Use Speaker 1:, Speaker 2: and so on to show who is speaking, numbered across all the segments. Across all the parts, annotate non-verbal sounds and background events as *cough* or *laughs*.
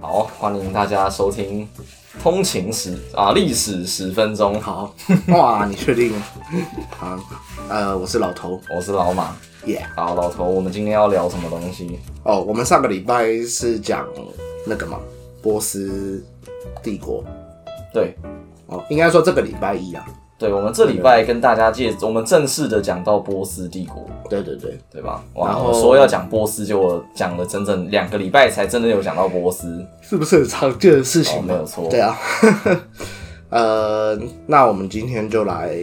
Speaker 1: 好，欢迎大家收听通勤十啊历史十分钟。
Speaker 2: 好， *laughs* 哇，你确定？好，呃，我是老头
Speaker 1: 我是老马，
Speaker 2: ，Yeah。
Speaker 1: 好老头，我们今天要聊什么东西？
Speaker 2: 哦，我们上个礼拜是讲那个嘛，波斯帝国。
Speaker 1: 对
Speaker 2: 哦，应该说这个礼拜一啊。
Speaker 1: 对，我们这礼拜跟大家介，我们正式的讲到波斯帝国，
Speaker 2: 对对对，
Speaker 1: 对吧？哇，
Speaker 2: 然后
Speaker 1: 我说要讲波斯，结果讲了整整两个礼拜才真的有讲到波斯，
Speaker 2: 是不是很常见的事情
Speaker 1: 哦，没
Speaker 2: 呢？
Speaker 1: 有错。
Speaker 2: 对啊。 *laughs* 呃，那我们今天就来，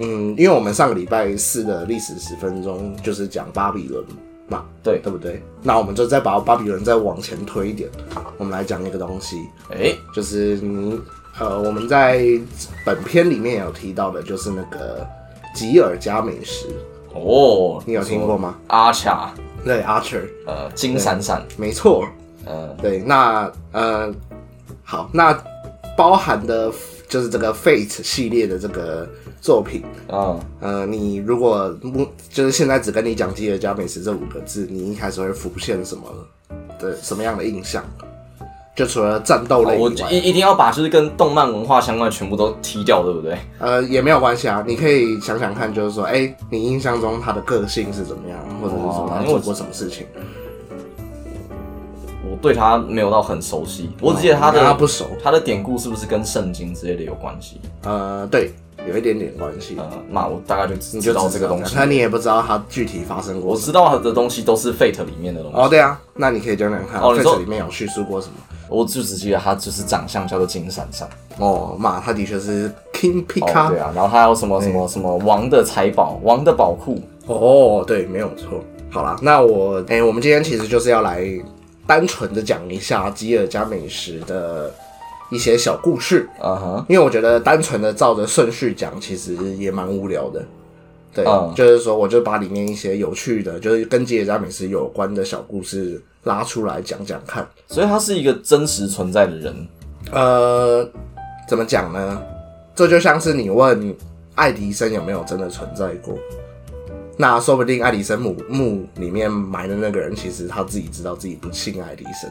Speaker 2: 嗯，因为我们上个礼拜四的历史十分钟就是讲巴比伦嘛，
Speaker 1: 对
Speaker 2: 对不对？那我们就再把巴比伦再往前推一点，我们来讲一个东西，
Speaker 1: 哎，
Speaker 2: 就是嗯呃，我们在本片里面有提到的，就是那个吉尔加美什，
Speaker 1: 哦，
Speaker 2: 你有听过吗？
Speaker 1: 阿卡，
Speaker 2: 对，Archer，
Speaker 1: 呃，金闪闪，
Speaker 2: 没错，
Speaker 1: 呃，
Speaker 2: 对，那呃，好，那包含的就是这个 Fate 系列的这个作品，
Speaker 1: 嗯，
Speaker 2: 呃，你如果目就是现在只跟你讲吉尔加美什这五个字，你一开始会浮现什么的什么样的印象？就除了战斗类
Speaker 1: 我
Speaker 2: 以外，
Speaker 1: 一一定要把就是跟动漫文化相关的全部都踢掉，对不对？
Speaker 2: 呃，也没有关系啊，你可以想想看，就是说，哎、你印象中他的个性是怎么样，或者是说
Speaker 1: 哦
Speaker 2: 他
Speaker 1: 因为我
Speaker 2: 做过什么事情？
Speaker 1: 我对他没有到很熟悉，我只记得他
Speaker 2: 你跟
Speaker 1: 的
Speaker 2: 他不熟，
Speaker 1: 他的典故是不是跟圣经之类的有关系？
Speaker 2: 呃，对，有一点点关系。
Speaker 1: 呃，那我大概就只
Speaker 2: 你
Speaker 1: 知
Speaker 2: 就
Speaker 1: 道
Speaker 2: 只
Speaker 1: 这个东西
Speaker 2: 那。你也不知道它具体发生过
Speaker 1: 我
Speaker 2: 什么。
Speaker 1: 知道的东西都是 Fate 里面的东西，
Speaker 2: 哦，对啊，那你可以讲讲看，
Speaker 1: 哦你
Speaker 2: Fate
Speaker 1: 说
Speaker 2: 里面有叙述过什么？
Speaker 1: 我就只记得他就是长相叫做金闪闪。
Speaker 2: 哦，嘛，他的确是 King
Speaker 1: 哦，对
Speaker 2: Pika。
Speaker 1: 啊，然后他还有什么什么什么王的财宝、王的宝库。
Speaker 2: 哦，对，没有错。好啦，那我哎、我们今天其实就是要来单纯的讲一下吉尔加美食的一些小故事，
Speaker 1: 嗯哼，
Speaker 2: 因为我觉得单纯的照着顺序讲，其实也蛮无聊的。对，
Speaker 1: 嗯
Speaker 2: 就是说，我就把里面一些有趣的，就是跟吉尔加美食有关的小故事拉出来讲讲看。
Speaker 1: 所以他是一个真实存在的人。
Speaker 2: 呃，怎么讲呢？这就像是你问爱迪生有没有真的存在过，那说不定爱迪生墓墓里面埋的那个人，其实他自己知道自己不信爱迪生，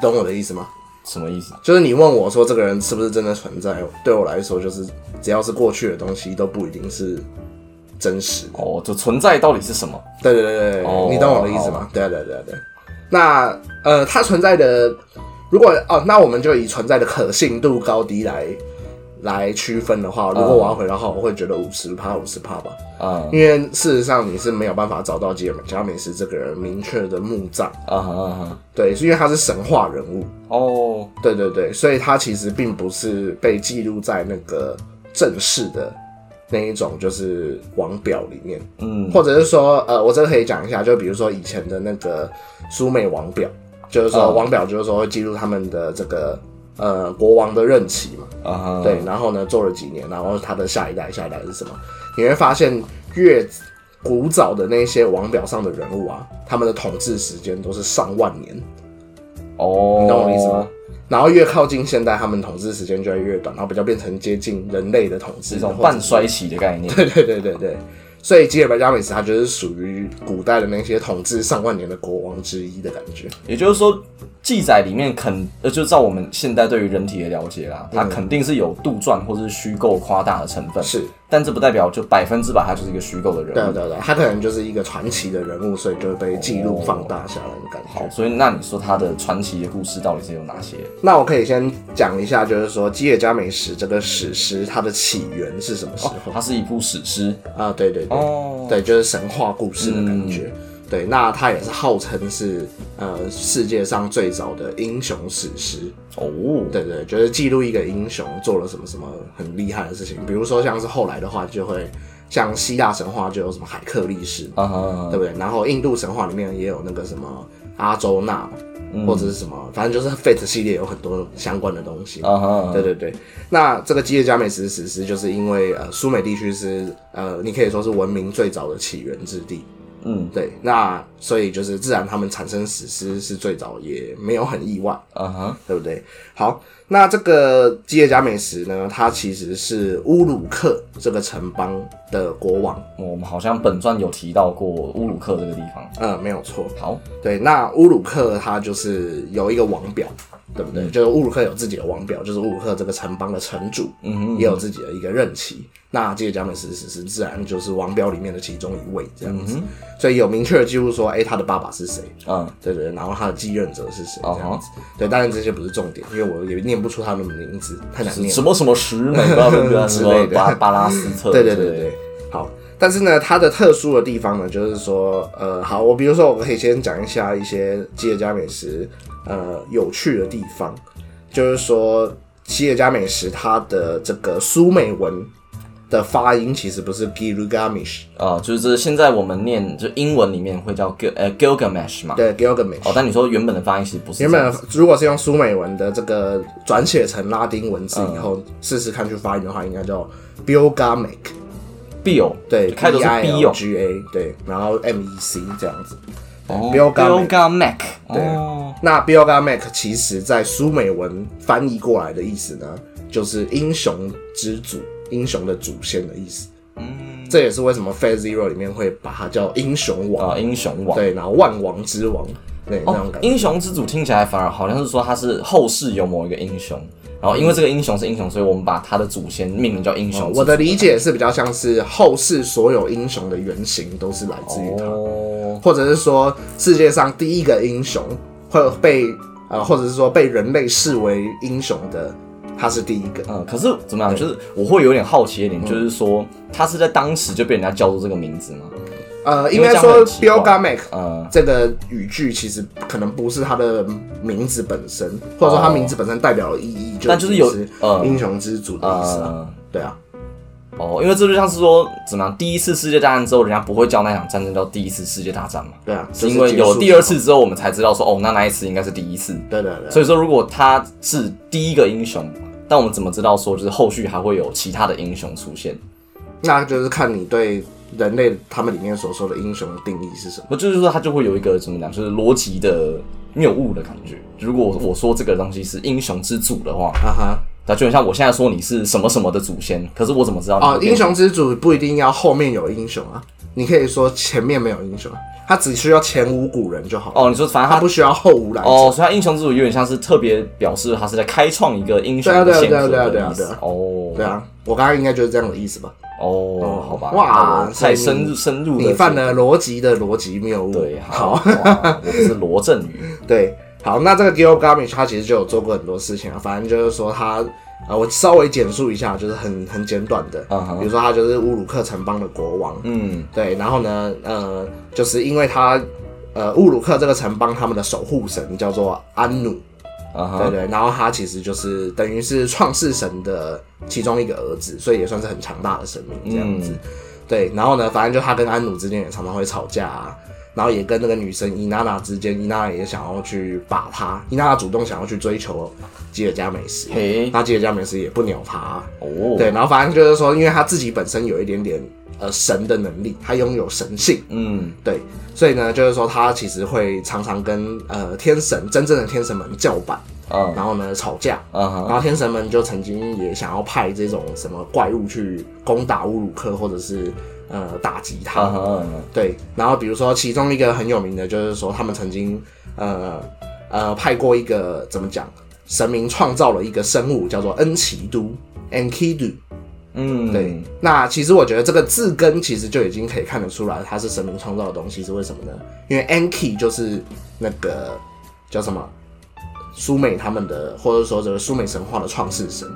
Speaker 2: 懂我的意思吗？
Speaker 1: 什么意思？
Speaker 2: 就是你问我说这个人是不是真的存在，对我来说就是只要是过去的东西都不一定是真实的。
Speaker 1: 哦，就存在到底是什么？
Speaker 2: 对对对对，
Speaker 1: 哦
Speaker 2: 对，你懂我的意思吗？对对对对。那呃，它存在的，如果哦，那我们就以存在的可信度高低来来区分的话，如果我要回答的话，我会觉得五十趴五十趴吧，
Speaker 1: 嗯
Speaker 2: 因为事实上你是没有办法找到吉尔加美什这个人明确的墓葬，
Speaker 1: 嗯哼嗯哼。
Speaker 2: 对，是因为他是神话人物，
Speaker 1: 哦，
Speaker 2: 对对对，所以他其实并不是被记录在那个正式的那一种就是王表里面，
Speaker 1: 嗯，
Speaker 2: 或者是说，呃，我这个可以讲一下，就比如说以前的那个苏美王表，就是说
Speaker 1: 嗯
Speaker 2: 王表就是说会记录他们的这个呃国王的任期嘛，
Speaker 1: 嗯哼，
Speaker 2: 对，然后呢做了几年，然后他的下一代下一代是什么？你会发现越古早的那些王表上的人物啊，他们的统治时间都是上万年，
Speaker 1: 哦，
Speaker 2: 你懂我的意思吗？？然后越靠近现代，他们统治时间就会越短，然后比较变成接近人类的统治，
Speaker 1: 一种
Speaker 2: 或者
Speaker 1: 半衰期的概念。
Speaker 2: 对 *laughs* 对对对对，所以吉尔加美什他就是属于古代的那些统治上万年的国王之一的感觉。
Speaker 1: 也就是说，记载里面肯呃，就照我们现在对于人体的了解啦，它肯定是有杜撰或者是虚构夸大的成分，
Speaker 2: 嗯是，
Speaker 1: 但这不代表就百分之百它就是一个虚构的
Speaker 2: 对
Speaker 1: 人
Speaker 2: 啊
Speaker 1: 物。
Speaker 2: 对啊对啊，他可能就是一个传奇的人物，所以就会被记录放大下来的感觉。
Speaker 1: 好，所以那你说它的传奇的故事到底是有哪些？
Speaker 2: 那我可以先讲一下，就是说吉尔加美什这个史诗它的起源是什么时候
Speaker 1: 它是一部史诗
Speaker 2: 啊？对对对，
Speaker 1: 哦，
Speaker 2: 对，就是神话故事的感觉。对，那它也是号称是呃世界上最早的英雄史诗。
Speaker 1: 哦，
Speaker 2: 对对，就是记录一个英雄做了什么什么很厉害的事情，比如说像是后来的话，就会像希腊神话就有什么海克力士，
Speaker 1: 啊哈
Speaker 2: 哦对不对？然后印度神话里面也有那个什么阿周那，或者是什么，反正就是 Fate 系列有很多相关的东西。
Speaker 1: 啊哈，
Speaker 2: 对对对，那这个基业加美什史诗就是因为呃苏美地区是呃你可以说是文明最早的起源之地，
Speaker 1: 嗯
Speaker 2: 对，那所以就是自然他们产生史诗是最早也没有很意外。
Speaker 1: 啊哈，
Speaker 2: 对不对？好，那这个基耶加美什呢，他其实是乌鲁克这个城邦的国王，
Speaker 1: 我们好像本传有提到过乌鲁克这个地方。
Speaker 2: 嗯，没有错。
Speaker 1: 好，
Speaker 2: 对，那乌鲁克他就是有一个王表，对不对？就是乌鲁克有自己的王表，就是乌鲁克这个城邦的城主，
Speaker 1: 嗯
Speaker 2: 也有自己的一个任期。那基耶加美什是是自然就是王表里面的其中一位这样子，所以有明确的记录说，哎、他的爸爸是谁？
Speaker 1: 嗯，
Speaker 2: 对对，对然后他的继任者是谁
Speaker 1: 哦
Speaker 2: 这样子。对，当然这些不是重点，因为我也念不出他们的名字，太难念
Speaker 1: 什
Speaker 2: 了。
Speaker 1: 么什么石美吧，对不对？什
Speaker 2: *laughs* 之类
Speaker 1: 么
Speaker 2: 的
Speaker 1: 巴巴拉斯特，
Speaker 2: 对对对对，对，好。但是呢，它的特殊的地方呢，就是说，呃，好，我比如说，我可以先讲一下一些吉野家美食，呃，有趣的地方，就是说，吉野家美食它的这个苏美文的发音其实不是 Gilgamesh，
Speaker 1: 啊，就是现在我们念就英文里面会叫 Gil 呃 Gilgamesh 嘛，
Speaker 2: 对 Gilgamesh，、
Speaker 1: 哦，但你说原本的发音其实不是
Speaker 2: 原
Speaker 1: 这样
Speaker 2: 本如果是用苏美文的这个转写成拉丁文字以
Speaker 1: 嗯
Speaker 2: 后，试试看去发音的话，应该叫 Bilgamek，
Speaker 1: Bill
Speaker 2: 对
Speaker 1: 就开头是哦
Speaker 2: B
Speaker 1: Bill
Speaker 2: G A，对，然后 M E C 这样子。Bilgamesh
Speaker 1: 哦 Bilgamesh 哦，
Speaker 2: 那 Bilgamek 其实在苏美文翻译过来的意思呢，就是英雄之祖、英雄的祖先的意思。
Speaker 1: 嗯，
Speaker 2: 这也是为什么 Phase Zero 里面会把它叫英雄王，
Speaker 1: 啊，英雄王。
Speaker 2: 对，然后万王之王，对、那种
Speaker 1: 哦
Speaker 2: 感，觉。
Speaker 1: 英雄之主听起来反而好像是说他是后世有某一个英雄，然后因为这个英雄是英雄，所以我们把他的祖先命名叫英雄之
Speaker 2: 我
Speaker 1: 主。
Speaker 2: 的理解是比较像是后世所有英雄的原型都是来自于他，
Speaker 1: 哦，
Speaker 2: 或者是说世界上第一个英雄会被呃，或者是说被人类视为英雄的，他是第一个。
Speaker 1: 嗯，可是怎么样？就是我会有点好奇一
Speaker 2: 嗯
Speaker 1: 点，就是说他是在当时就被人家叫做这个名字吗？
Speaker 2: 呃，
Speaker 1: 因
Speaker 2: 应
Speaker 1: 为这
Speaker 2: 该
Speaker 1: 样
Speaker 2: 说
Speaker 1: 很奇怪
Speaker 2: Bilgamek
Speaker 1: 呃，
Speaker 2: 这个语句其实可能不是它的名字本身，或者说它名字本身代表的意义，
Speaker 1: 但就
Speaker 2: 就是
Speaker 1: 有
Speaker 2: 是
Speaker 1: 呃
Speaker 2: 英雄之主的意思啊。
Speaker 1: 呃，
Speaker 2: 对啊，
Speaker 1: 哦，因为这就像是说怎么样？第一次世界大战之后，人家不会叫那场战争叫第一次世界大战嘛？
Speaker 2: 对啊，
Speaker 1: 是
Speaker 2: 就是
Speaker 1: 因为
Speaker 2: 结束
Speaker 1: 有第二
Speaker 2: 之
Speaker 1: 次之后，我们才知道说，哦，那那一次应该是第一次。
Speaker 2: 后，对对对，
Speaker 1: 所以说，如果他是第一个英雄，但我们怎么知道说就是后续还会有其他的英雄出现？
Speaker 2: 那就是看你对人类他们里面所说的英雄的定义是什么。
Speaker 1: 不就是说他就会有一个怎么讲，就是逻辑的谬误的感觉。如果我说这个东西是英雄之祖的话，
Speaker 2: 啊哈，
Speaker 1: 那就很像我现在说你是什么什么的祖先，可是我怎么知道你
Speaker 2: 哦
Speaker 1: 会，变
Speaker 2: 英雄之主不一定要后面有英雄啊，你可以说前面没有英雄，他只需要前无古人就好了，
Speaker 1: 哦？你说反正
Speaker 2: 他
Speaker 1: 他
Speaker 2: 不需要后无来者。
Speaker 1: 哦，所以他英雄之祖有点像是特别表示他是在开创一个英雄
Speaker 2: 对
Speaker 1: 的
Speaker 2: 啊
Speaker 1: 先
Speaker 2: 对啊
Speaker 1: 河
Speaker 2: 对啊对
Speaker 1: 的
Speaker 2: 啊
Speaker 1: 意
Speaker 2: 对啊对
Speaker 1: 思
Speaker 2: 啊
Speaker 1: 哦，
Speaker 2: 对啊，我刚刚应该就是这样的意思吧？
Speaker 1: 哦，好吧，
Speaker 2: 哇
Speaker 1: 哦太
Speaker 2: 所以
Speaker 1: 深
Speaker 2: 你
Speaker 1: 入深入，
Speaker 2: 你犯了逻辑的逻辑谬误。
Speaker 1: 对，
Speaker 2: 好
Speaker 1: 好，，哇我是罗振宇，
Speaker 2: 对，好，那这个 Gilgamesh 他其实就有做过很多事情啊，反正就是说他，呃，我稍微简述一下，就是很很简短的，
Speaker 1: 嗯哼
Speaker 2: 比如说他就是乌鲁克城邦的国王，
Speaker 1: 嗯，
Speaker 2: 对，然后呢，呃，就是因为他，呃，乌鲁克这个城邦他们的守护神叫做安努，
Speaker 1: 啊哈
Speaker 2: 对， *laughs* 对，然后他其实就是等于是创世神的其中一个儿子，所以也算是很强大的神明这样子。
Speaker 1: 嗯
Speaker 2: 对，然后呢，反正就他跟安努之间也常常会吵架啊，然后也跟那个女生伊娜娜之间，伊娜娜也想要去把他，伊娜娜主动想要去追求吉尔加美食，
Speaker 1: 嘿，
Speaker 2: 那吉尔加美食也不鸟他、
Speaker 1: 哦，
Speaker 2: 对，，然后反正就是说，因为他自己本身有一点点呃神的能力，他拥有神性，
Speaker 1: 嗯，
Speaker 2: 对，所以呢，就是说他其实会常常跟呃天神真正的天神们叫板，
Speaker 1: 嗯，
Speaker 2: 然后呢吵架，
Speaker 1: 啊哈
Speaker 2: 然，后天神们就曾经也想要派这种什么怪物去攻打乌鲁克，或者是呃打击他。
Speaker 1: 啊哈，
Speaker 2: 对，然后比如说其中一个很有名的就是说，他们曾经呃呃派过一个怎么讲，神明创造了一个生物叫做恩奇都 （Enkidu）。
Speaker 1: 嗯，
Speaker 2: 对，那其实我觉得这个字根其实就已经可以看得出来，它是神明创造的东西，是为什么呢？因为 Anki 就是那个叫什么苏美他们的，或者说这个苏美神话的创世神，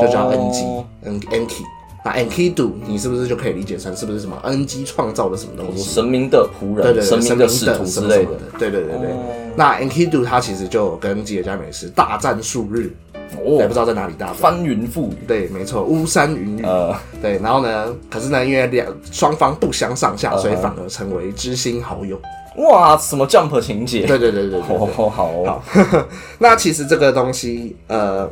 Speaker 2: 就叫
Speaker 1: 哦
Speaker 2: NG、N Anki。那 Anki Do 你是不是就可以理解成是不是什么 NG 创造的什么东西？
Speaker 1: 神明的仆人，
Speaker 2: 对对对，
Speaker 1: 哦神明的使徒之
Speaker 2: 什么
Speaker 1: 类
Speaker 2: 什么
Speaker 1: 的。哦
Speaker 2: 的，对对对对。那 Enkidu 他其实就有跟吉野家美食大战数日，也不
Speaker 1: 哦，
Speaker 2: 知道在哪里大战。
Speaker 1: 翻云覆雨，
Speaker 2: 对，没错，巫山云雨。
Speaker 1: 呃，
Speaker 2: 对，然后呢，可是呢，因为两双方不相上下，所以
Speaker 1: 呃
Speaker 2: 反而成为知心好友。
Speaker 1: 哇，什么 Jump 情节？
Speaker 2: 对对对对对对 *laughs*
Speaker 1: 哦，好哦，
Speaker 2: 好，那其实这个东西，呃，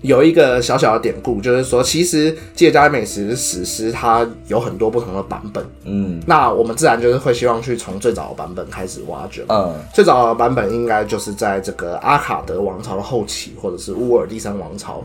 Speaker 2: 有一个小小的典故，就是说，其实《芥家美食史诗》它有很多不同的版本，
Speaker 1: 嗯
Speaker 2: 那我们自然就是会希望去从最早的版本开始挖掘。
Speaker 1: 嗯
Speaker 2: 最早的版本应该就是在这个阿卡德王朝的后期，或者是乌尔第三王朝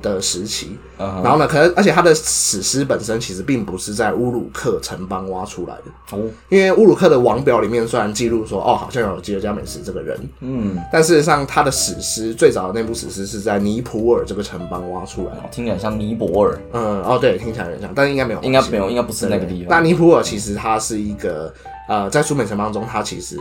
Speaker 2: 的时期。
Speaker 1: 嗯
Speaker 2: 然后呢，可能而且它的史诗本身其实并不是在乌鲁克城邦挖出来的，
Speaker 1: 哦
Speaker 2: 因为乌鲁克的王表里面虽然记录说哦好像有基尔加美什这个人，
Speaker 1: 嗯，
Speaker 2: 但事实上他的史诗最早的那部史诗是在尼普尔这个城邦挖出来的。
Speaker 1: 听起来像尼泊尔，
Speaker 2: 嗯，哦对，听起来有点像，但应该没有关
Speaker 1: 应
Speaker 2: 系，
Speaker 1: 该没有，应该不是那个地
Speaker 2: 那
Speaker 1: 方。
Speaker 2: 尼普尔其实它是一个呃，在苏美城邦中，它其实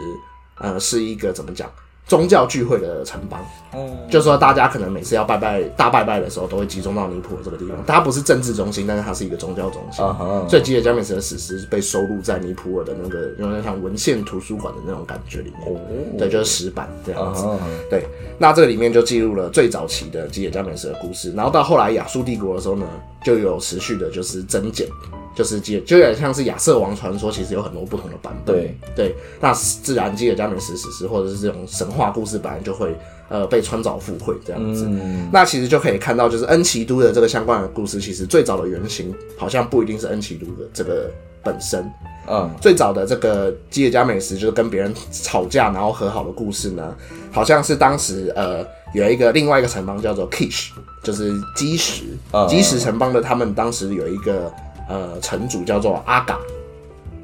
Speaker 2: 呃是一个怎么讲宗教聚会的城邦，
Speaker 1: 哦
Speaker 2: 就是说大家可能每次要拜拜大拜拜的时候，都会集中到尼普尔这个地方。它不是政治中心，但是它是一个宗教中心。
Speaker 1: 啊哈，
Speaker 2: 所以吉尔加美什的史诗被收录在尼普尔的那个有点像文献图书馆的那种感觉里
Speaker 1: 哦
Speaker 2: 面，对，就是石板这
Speaker 1: 啊
Speaker 2: 样子。
Speaker 1: 哈，
Speaker 2: 对，那这里面就记录了最早期的吉野加美什的故事，然后到后来亚述帝国的时候呢，就有持续的就是增减，就是吉就有点像是亚瑟王传说，其实有很多不同的版本。
Speaker 1: 对，
Speaker 2: 对，那自然吉野加美什史诗或者是这种神话故事，本来就会呃被穿凿附会这样子。
Speaker 1: 嗯
Speaker 2: 那其实就可以看到，就是恩奇都的这个相关的故事，其实最早的原型好像不一定是恩奇都的这个本身，
Speaker 1: 嗯
Speaker 2: 最早的这个吉野家美食就是跟别人吵架然后和好的故事呢，好像是当时呃有一个另外一个城邦叫做 Kish，就是基石
Speaker 1: 嗯，
Speaker 2: 基石城邦的他们当时有一个呃城主叫做阿嘎，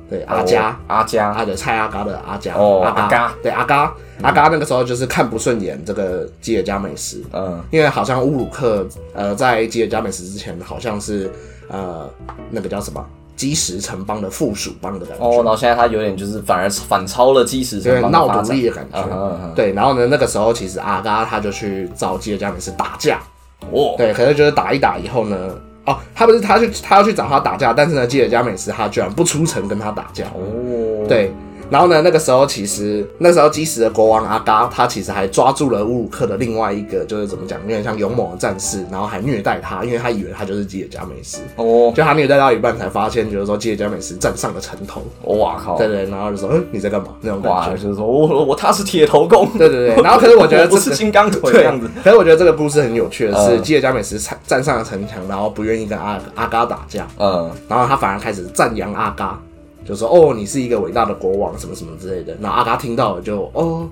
Speaker 2: 对阿加。
Speaker 1: 哦阿加
Speaker 2: 阿的蔡阿嘎的阿加，
Speaker 1: 哦
Speaker 2: 阿
Speaker 1: 阿嘎嗯
Speaker 2: 对阿嘎，阿嘎那个时候就是看不顺眼这个吉野家美食，
Speaker 1: 嗯
Speaker 2: 因为好像乌鲁克呃在吉尔加美什之前好像是呃那个叫什么基石城邦的附属邦的感觉，
Speaker 1: 哦，然后现在他有点就是反而反超了基石
Speaker 2: 有
Speaker 1: 城
Speaker 2: 点
Speaker 1: 邦的
Speaker 2: 闹
Speaker 1: 发
Speaker 2: 独
Speaker 1: 展
Speaker 2: 立的感觉。
Speaker 1: 嗯嗯嗯
Speaker 2: 对，然后呢，那个时候其实阿嘎他就去找吉尔加美什打架，
Speaker 1: 哦
Speaker 2: 对，可是就是打一打以后呢。哦，他不是他去，他要去找他打架，但是呢，吉尔加美什他居然不出城跟他打架。
Speaker 1: 哦，
Speaker 2: 对，然后呢，那个时候其实那时候基石的国王阿嘎，他其实还抓住了乌鲁克的另外一个，就是怎么讲，有点像勇猛的战士，然后还虐待他，因为他以为他就是基野加美什，
Speaker 1: 哦
Speaker 2: 就他虐待到一半才发现，就是说基野加美什站上了城头，
Speaker 1: 哇靠
Speaker 2: 对，对，然后就说，嗯，你在干嘛？那种
Speaker 1: 哦哇
Speaker 2: 感
Speaker 1: 就
Speaker 2: 觉。
Speaker 1: 是说我我他是铁头功，
Speaker 2: 对
Speaker 1: *laughs*
Speaker 2: 对对，然后可是我觉得这
Speaker 1: 不是
Speaker 2: 个
Speaker 1: 金刚腿这
Speaker 2: 对
Speaker 1: 样子，，
Speaker 2: 可是我觉得这个故事很有趣的是，
Speaker 1: 嗯
Speaker 2: 基野加美什站站上了城墙，然后不愿意跟阿阿嘎打架，
Speaker 1: 嗯
Speaker 2: 然后他反而开始赞扬阿嘎，就说：“哦，你是一个伟大的国王，什么什么之类的。”然后阿嘎听到了就哦，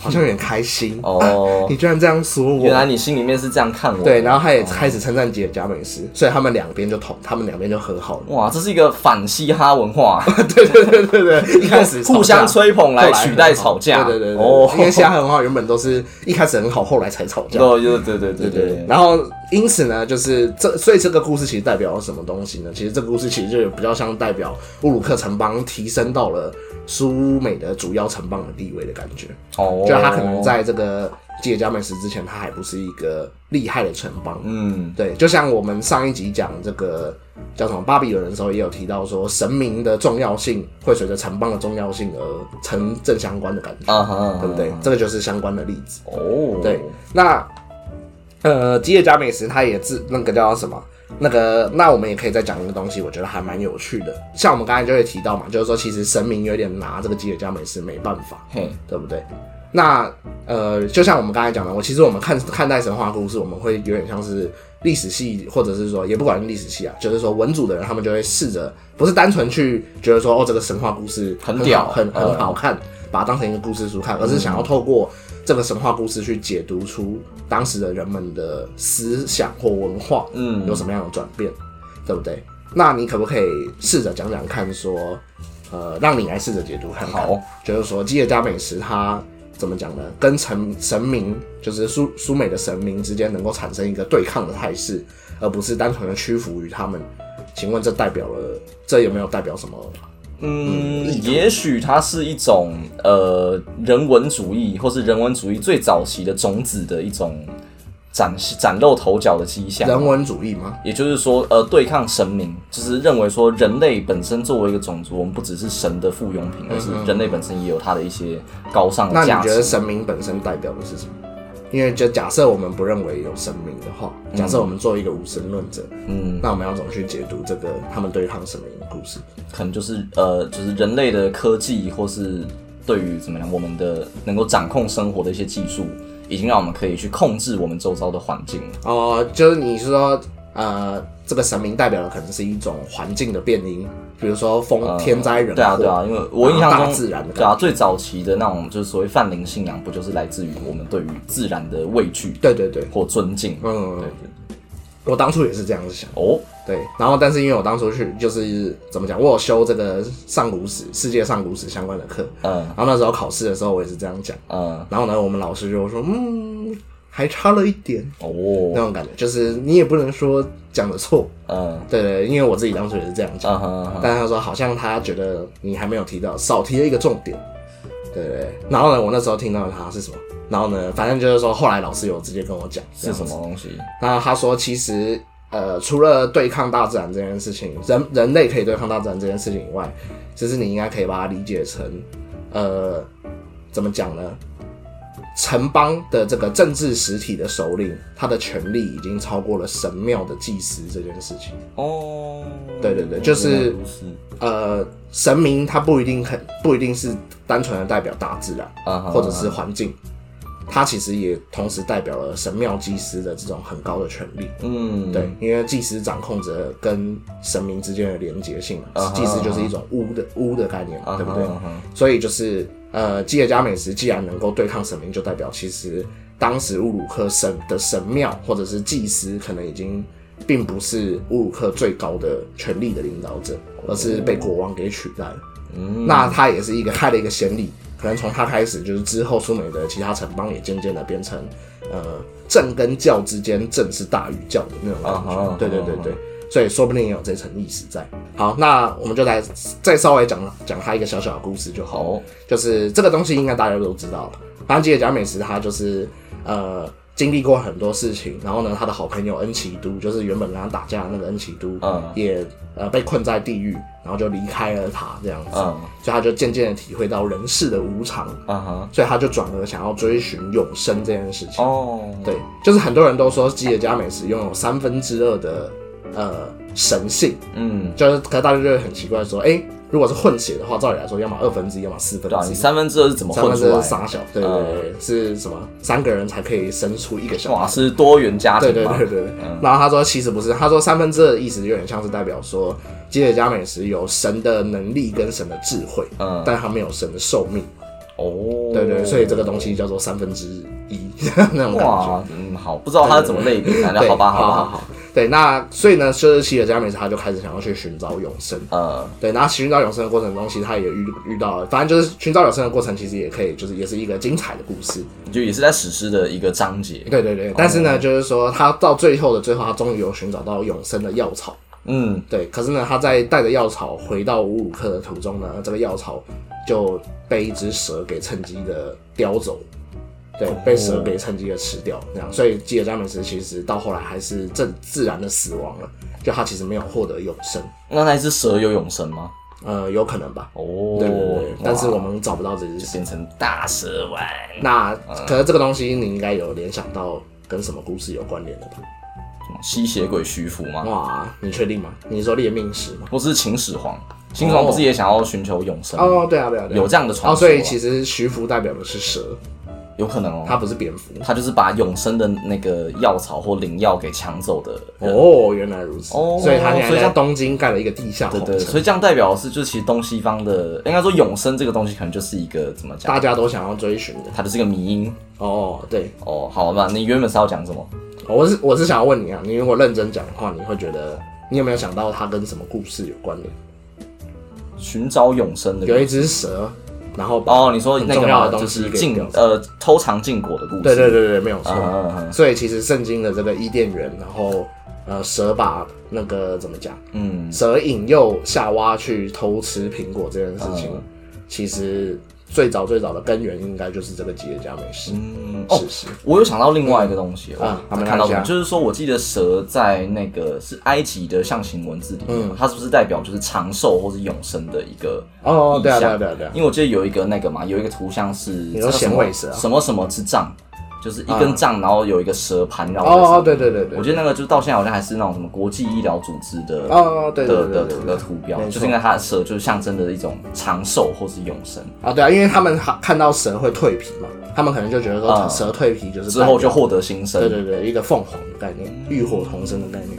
Speaker 2: 好像有点开心啊
Speaker 1: 哦
Speaker 2: 你居然这样说
Speaker 1: 原来哦
Speaker 2: 我。
Speaker 1: 你心里面是这样看我的，
Speaker 2: 对，然后他也开始称赞吉尔加美什，所以他们两边就同，他们两边就和好了。
Speaker 1: 哇，这是一个反嘻哈文化，
Speaker 2: *laughs* 对对对对
Speaker 1: *laughs*
Speaker 2: 对， *laughs* 一开始
Speaker 1: 互相吹捧来取代吵架，
Speaker 2: 对对对对，
Speaker 1: 哦
Speaker 2: 对，因为嘻哈文化原本都是一开始很好，后来才吵
Speaker 1: *laughs*
Speaker 2: 架。
Speaker 1: 对对对对对
Speaker 2: 对对对
Speaker 1: 对，，
Speaker 2: 然后因此呢，就是这，所以这个故事其实代表了什么东西呢？其实这个故事其实就有比较像代表乌鲁克城邦提升到了苏美的主要城邦的地位的感觉，
Speaker 1: 哦，
Speaker 2: 就他可能在这个吉尔加美什之前，他还不是一个厉害的城邦。
Speaker 1: 嗯
Speaker 2: 对，就像我们上一集讲这个叫什么巴比伦的时候，也有提到说神明的重要性会随着城邦的重要性而成正相关的感觉，
Speaker 1: 啊哈，
Speaker 2: 对不对？这个就是相关的例子。
Speaker 1: 哦，
Speaker 2: 对，那呃，吉野家美食它也自那个叫什么？那个，那我们也可以再讲一个东西，我觉得还蛮有趣的。像我们刚才就会提到嘛，就是说其实神明有点拿这个吉野家美食没办法，
Speaker 1: 嘿，
Speaker 2: 对不对？那呃，就像我们刚才讲的，我其实我们看看待神话故事，我们会有点像是历史系，或者是说也不管是历史系啊，就是说文组的人，他们就会试着不是单纯去觉得说哦这个神话故事
Speaker 1: 很
Speaker 2: 好
Speaker 1: 屌
Speaker 2: 很
Speaker 1: 嗯
Speaker 2: 很好看，把它当成一个故事书看，而是想要透过这个神话故事去解读出当时的人们的思想或文化，
Speaker 1: 嗯
Speaker 2: 有什么样的转变，对不对？那你可不可以试着讲讲看说呃，让你来试着解读看看。
Speaker 1: 好，
Speaker 2: 就是说基尔加美什它怎么讲呢？跟神神明，就是苏苏美的神明之间能够产生一个对抗的态势，而不是单纯的屈服于他们。请问这代表了这有没有代表什么？
Speaker 1: 嗯，也许它是一种呃人文主义，或是人文主义最早期的种子的一种崭崭露头角的迹象。
Speaker 2: 人文主义吗？
Speaker 1: 也就是说，呃，对抗神明，就是认为说人类本身作为一个种族，我们不只是神的附庸品，而是人类本身也有它的一些高尚
Speaker 2: 嗯那
Speaker 1: 的
Speaker 2: 你
Speaker 1: 价
Speaker 2: 觉得
Speaker 1: 值。
Speaker 2: 神明本身代表的是什么？因为就假设我们不认为有神明的话，假设我们做一个无神论者，
Speaker 1: 嗯，
Speaker 2: 那我们要怎么去解读这个他们对抗神明的故事？
Speaker 1: 可能就是呃，就是人类的科技，或是对于怎么样我们的能够掌控生活的一些技术，已经让我们可以去控制我们周遭的环境了。
Speaker 2: 哦，就是你是说，呃，这个神明代表的可能是一种环境的变因，比如说风、
Speaker 1: 呃
Speaker 2: 天灾人祸。
Speaker 1: 对啊，对啊，因为我印象中，
Speaker 2: 大自然的感觉
Speaker 1: 对啊，最早期的那种就是所谓泛灵信仰，不就是来自于我们对于自然的畏惧
Speaker 2: 对对对，
Speaker 1: 或尊敬？
Speaker 2: 嗯
Speaker 1: 啊对对对
Speaker 2: 我当初也是这样子想。
Speaker 1: 哦，
Speaker 2: 对，然后但是因为我当初去就是怎么讲，我有修这个上古史、世界上古史相关的课，
Speaker 1: 嗯
Speaker 2: 然后那时候考试的时候我也是这样讲，
Speaker 1: 嗯，
Speaker 2: 然后呢，我们老师就说，嗯，还差了一点那
Speaker 1: 哦，
Speaker 2: 种感觉，就是你也不能说讲的错，
Speaker 1: 嗯
Speaker 2: 对对，因为我自己当初也是这样讲，
Speaker 1: 嗯哼嗯哼
Speaker 2: 但他说好像他觉得你还没有提到，少提了一个重点，对对，然后呢，我那时候听到他是什么，然后呢，反正就是说后来老师有直接跟我讲
Speaker 1: 是什么东西？
Speaker 2: 那他说，其实呃，除了对抗大自然这件事情，人人类可以对抗大自然这件事情以外，其实你应该可以把它理解成，呃，怎么讲呢？城邦的这个政治实体的首领，他的权力已经超过了神庙的祭司这件事情。
Speaker 1: 哦，
Speaker 2: 对对对就是
Speaker 1: 原来如此
Speaker 2: 呃，神明他不一定很不一定是单纯的代表大自然
Speaker 1: 嗯哼
Speaker 2: 或者是环境，他其实也同时代表了神庙祭司的这种很高的权力。
Speaker 1: 嗯，
Speaker 2: 对，因为祭司掌控着跟神明之间的连结性嘛
Speaker 1: 啊哈
Speaker 2: 祭司就是一种巫的巫的概念嘛
Speaker 1: 啊哈，
Speaker 2: 对不对
Speaker 1: 啊哈？
Speaker 2: 所以就是呃，基尔加美什既然能够对抗神明，就代表其实当时乌鲁克神的神庙或者是祭司可能已经并不是乌鲁克最高的权力的领导者，而是被国王给取代了。
Speaker 1: 嗯
Speaker 2: 那他也是一个开了一个先例，可能从他开始，就是之后苏美的其他城邦也渐渐的变成，呃，政跟教之间，政是大于教的那种感
Speaker 1: 啊哈
Speaker 2: 觉。对对对
Speaker 1: 啊哈
Speaker 2: 对，所以说不定也有这层意识在。好，那我们就来再稍微讲讲他一个小小的故事就好。
Speaker 1: 好，
Speaker 2: 就是这个东西应该大家都知道了。反正吉野家美食他就是呃经历过很多事情，然后呢，他的好朋友恩奇都，就是原本跟他打架的那个恩奇都，
Speaker 1: 嗯
Speaker 2: 也呃被困在地狱，然后就离开了他这样子，
Speaker 1: 嗯
Speaker 2: 所以他就渐渐的体会到人世的无常，
Speaker 1: 啊哈，
Speaker 2: 所以他就转而想要追寻永生这件事情。
Speaker 1: 哦，
Speaker 2: 对，就是很多人都说吉野家美食拥有三分之二的呃神性，
Speaker 1: 嗯，
Speaker 2: 就是可是大家就会很奇怪说，哎、如果是混血的话，照理来说，要么二分之一，要么四分
Speaker 1: 对啊，
Speaker 2: 之
Speaker 1: 你
Speaker 2: 一。
Speaker 1: 三分之二是怎么
Speaker 2: 三
Speaker 1: 混
Speaker 2: 分
Speaker 1: 出
Speaker 2: 之
Speaker 1: 来
Speaker 2: 二
Speaker 1: 的？
Speaker 2: 傻小，对对对对，是什么？三个人才可以生出一个小
Speaker 1: 哇，
Speaker 2: 孩。
Speaker 1: 是多元家
Speaker 2: 对
Speaker 1: 庭
Speaker 2: 对
Speaker 1: 吗？
Speaker 2: 对对对。然后他说其实不是，他说三分之二的意思有点像是代表说吉野家美食有神的能力跟神的智慧，
Speaker 1: 嗯
Speaker 2: 但他没有神的寿命。
Speaker 1: 哦，
Speaker 2: 对对，所以这个东西叫做三分之一 *laughs* 那种感觉。
Speaker 1: 哇，嗯，好，不知道他是怎么类比
Speaker 2: *laughs*
Speaker 1: 的，那
Speaker 2: 对，
Speaker 1: 好吧，
Speaker 2: 好
Speaker 1: 吧，
Speaker 2: 好。对，那所以呢，就是吉野家美食他就开始想要去寻找永生。
Speaker 1: 呃，
Speaker 2: 对，然后寻找永生的过程中，其实他也遇遇到了，反正就是寻找永生的过程，其实也可以，就是也是一个精彩的故事。
Speaker 1: 就也是在史诗的一个章节，
Speaker 2: 对对对，但是呢，
Speaker 1: 哦
Speaker 2: 就是说他到最后的最后，他终于有寻找到永生的药草。
Speaker 1: 嗯，
Speaker 2: 对，可是呢，他在带着药草回到乌鲁克的途中呢，这个药草就被一只蛇给趁机的叼走，
Speaker 1: 哦
Speaker 2: 对，被蛇给趁机的吃掉，这样，所以基尔加美斯其实到后来还是正自然的死亡了，就他其实没有获得永生，
Speaker 1: 那那只蛇有永生吗？
Speaker 2: 呃，有可能吧，
Speaker 1: 哦，
Speaker 2: 对对对，但是
Speaker 1: 哇嗯
Speaker 2: 我们找不到这只蛇。
Speaker 1: 变成大蛇丸，
Speaker 2: 那可能这个东西你应该有联想到跟什么故事有关联的吧？
Speaker 1: 吸血鬼徐福吗？
Speaker 2: 哇，你确定吗？你说猎命石吗？
Speaker 1: 不是秦始皇，秦始皇不是也想要寻求永生吗？
Speaker 2: 哦，对啊，对啊，对啊
Speaker 1: 有这样的传说啊
Speaker 2: 哦，所以其实徐福代表的是蛇，
Speaker 1: 有可能哦，
Speaker 2: 它
Speaker 1: 他
Speaker 2: 不是蝙蝠。
Speaker 1: 他就是把永生的那个药草或灵药给抢走的人。
Speaker 2: 哦，原来如此。
Speaker 1: 哦
Speaker 2: 所以他现
Speaker 1: 所以
Speaker 2: 在
Speaker 1: 像
Speaker 2: 在东京盖了一个地下
Speaker 1: 对
Speaker 2: 红
Speaker 1: 对，
Speaker 2: 城，
Speaker 1: 所以这样代表的是，就是其实东西方的，应该说永生这个东西，可能就是一个怎么讲，
Speaker 2: 大家都想要追寻的。
Speaker 1: 它就是一个迷因
Speaker 2: 哦，对，哦
Speaker 1: 哦。好吧，那你原本是要讲什么？
Speaker 2: 我是我是想要问你啊，你如果认真讲的话，你会觉得你有没有想到它跟什么故事有关联？
Speaker 1: 寻找永生的
Speaker 2: 有一只蛇，然后把
Speaker 1: 哦，你说那
Speaker 2: 很
Speaker 1: 个
Speaker 2: 重要
Speaker 1: 嘛
Speaker 2: 的
Speaker 1: 就
Speaker 2: 东西
Speaker 1: 是
Speaker 2: 给
Speaker 1: 禁
Speaker 2: 掉
Speaker 1: 呃偷尝禁果的故事。
Speaker 2: 对对对对，没有错。
Speaker 1: 嗯，嗯嗯
Speaker 2: 所以其实圣经的这个伊甸园，然后呃蛇把那个怎么讲，
Speaker 1: 嗯，
Speaker 2: 蛇引诱夏娃去偷吃苹果这件事情，
Speaker 1: 嗯
Speaker 2: 其实最早最早的根源应该就是这个吉野家美食。
Speaker 1: 嗯哦
Speaker 2: 事，实
Speaker 1: 我有想到另外一个东西，
Speaker 2: 啊
Speaker 1: 我
Speaker 2: 好没
Speaker 1: 看到
Speaker 2: 关系啊
Speaker 1: 就是说，我记得蛇在那个是埃及的象形文字里
Speaker 2: 嗯
Speaker 1: 面，它是不是代表就是长寿或是永生的一个？
Speaker 2: 哦，对啊，
Speaker 1: 意
Speaker 2: 对啊，
Speaker 1: 象
Speaker 2: 对啊，对啊，
Speaker 1: 因为我记得有一个那个嘛，有一个图像是你
Speaker 2: 说
Speaker 1: 什
Speaker 2: 衔
Speaker 1: 么
Speaker 2: 尾蛇啊嗯
Speaker 1: 什么什么之杖，就是一根杖，然后有一个蛇盘绕在上面。
Speaker 2: 哦，对对对对
Speaker 1: 我，觉得那个就到现在好像还是那种什么国际医疗组织的
Speaker 2: 哦对对对
Speaker 1: 的的
Speaker 2: 对对
Speaker 1: 的图标
Speaker 2: 没，错
Speaker 1: 就是因为它的蛇就是象征着一种长寿或是永生，
Speaker 2: 啊对啊，因为他们哈看到蛇会蜕皮嘛，他们可能就觉得说
Speaker 1: 嗯
Speaker 2: 蛇蜕皮就是
Speaker 1: 之后就
Speaker 2: 代表
Speaker 1: 获得新生。嗯
Speaker 2: 对对对一个凤凰的概念，浴火重生的概念。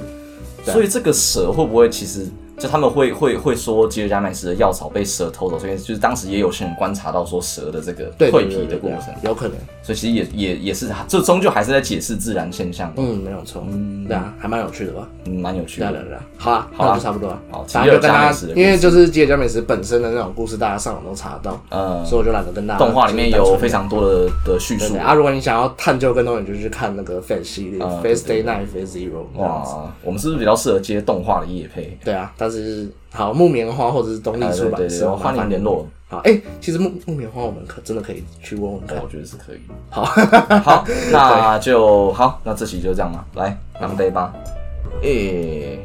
Speaker 1: 所以这个蛇会不会其实就他们会会会说吉尔加美什的药草被蛇偷走，所以就是当时也有些人观察到说蛇的这个
Speaker 2: 对
Speaker 1: 蜕
Speaker 2: 对
Speaker 1: 皮
Speaker 2: 对
Speaker 1: 的
Speaker 2: 对
Speaker 1: 过
Speaker 2: 对
Speaker 1: 程，
Speaker 2: 有可能，
Speaker 1: 所以其实也也也是这终究还是在解释自然现象，
Speaker 2: 嗯，没有错，对啊，还蛮有趣的吧？
Speaker 1: 嗯蛮有趣
Speaker 2: 对啊
Speaker 1: 的
Speaker 2: 对。啊对啊，好啊，
Speaker 1: 好啊
Speaker 2: 那就差不多了
Speaker 1: 好。
Speaker 2: 反正就跟
Speaker 1: 吉尔加
Speaker 2: 他
Speaker 1: 美什的，故事
Speaker 2: 因为就是吉尔加美食本身的那种故事，大家上网都查得到，
Speaker 1: 呃，
Speaker 2: 所以我就懒得跟大家。
Speaker 1: 动画里面
Speaker 2: 就是单纯
Speaker 1: 有非常多的的叙
Speaker 2: 对
Speaker 1: 述
Speaker 2: 对。啊，如果你想要探究更多，你就去看那个 Fate 系列
Speaker 1: 啊
Speaker 2: ，Fate Day Night、Fate Zero 这样子。
Speaker 1: 哇，我们是不是比较适合接动画的业配？
Speaker 2: 对啊，但是好木棉花或者是东立
Speaker 1: 哎
Speaker 2: 出
Speaker 1: 对对
Speaker 2: 版
Speaker 1: 对，
Speaker 2: 社，
Speaker 1: 欢迎联络，
Speaker 2: 好，哎，其实木木棉花我们可真的可以去问问看
Speaker 1: 我。觉得是可
Speaker 2: *laughs*
Speaker 1: 以。好，好，
Speaker 2: 哎
Speaker 1: 那就好，那这期就这样吧，来干杯吧，诶、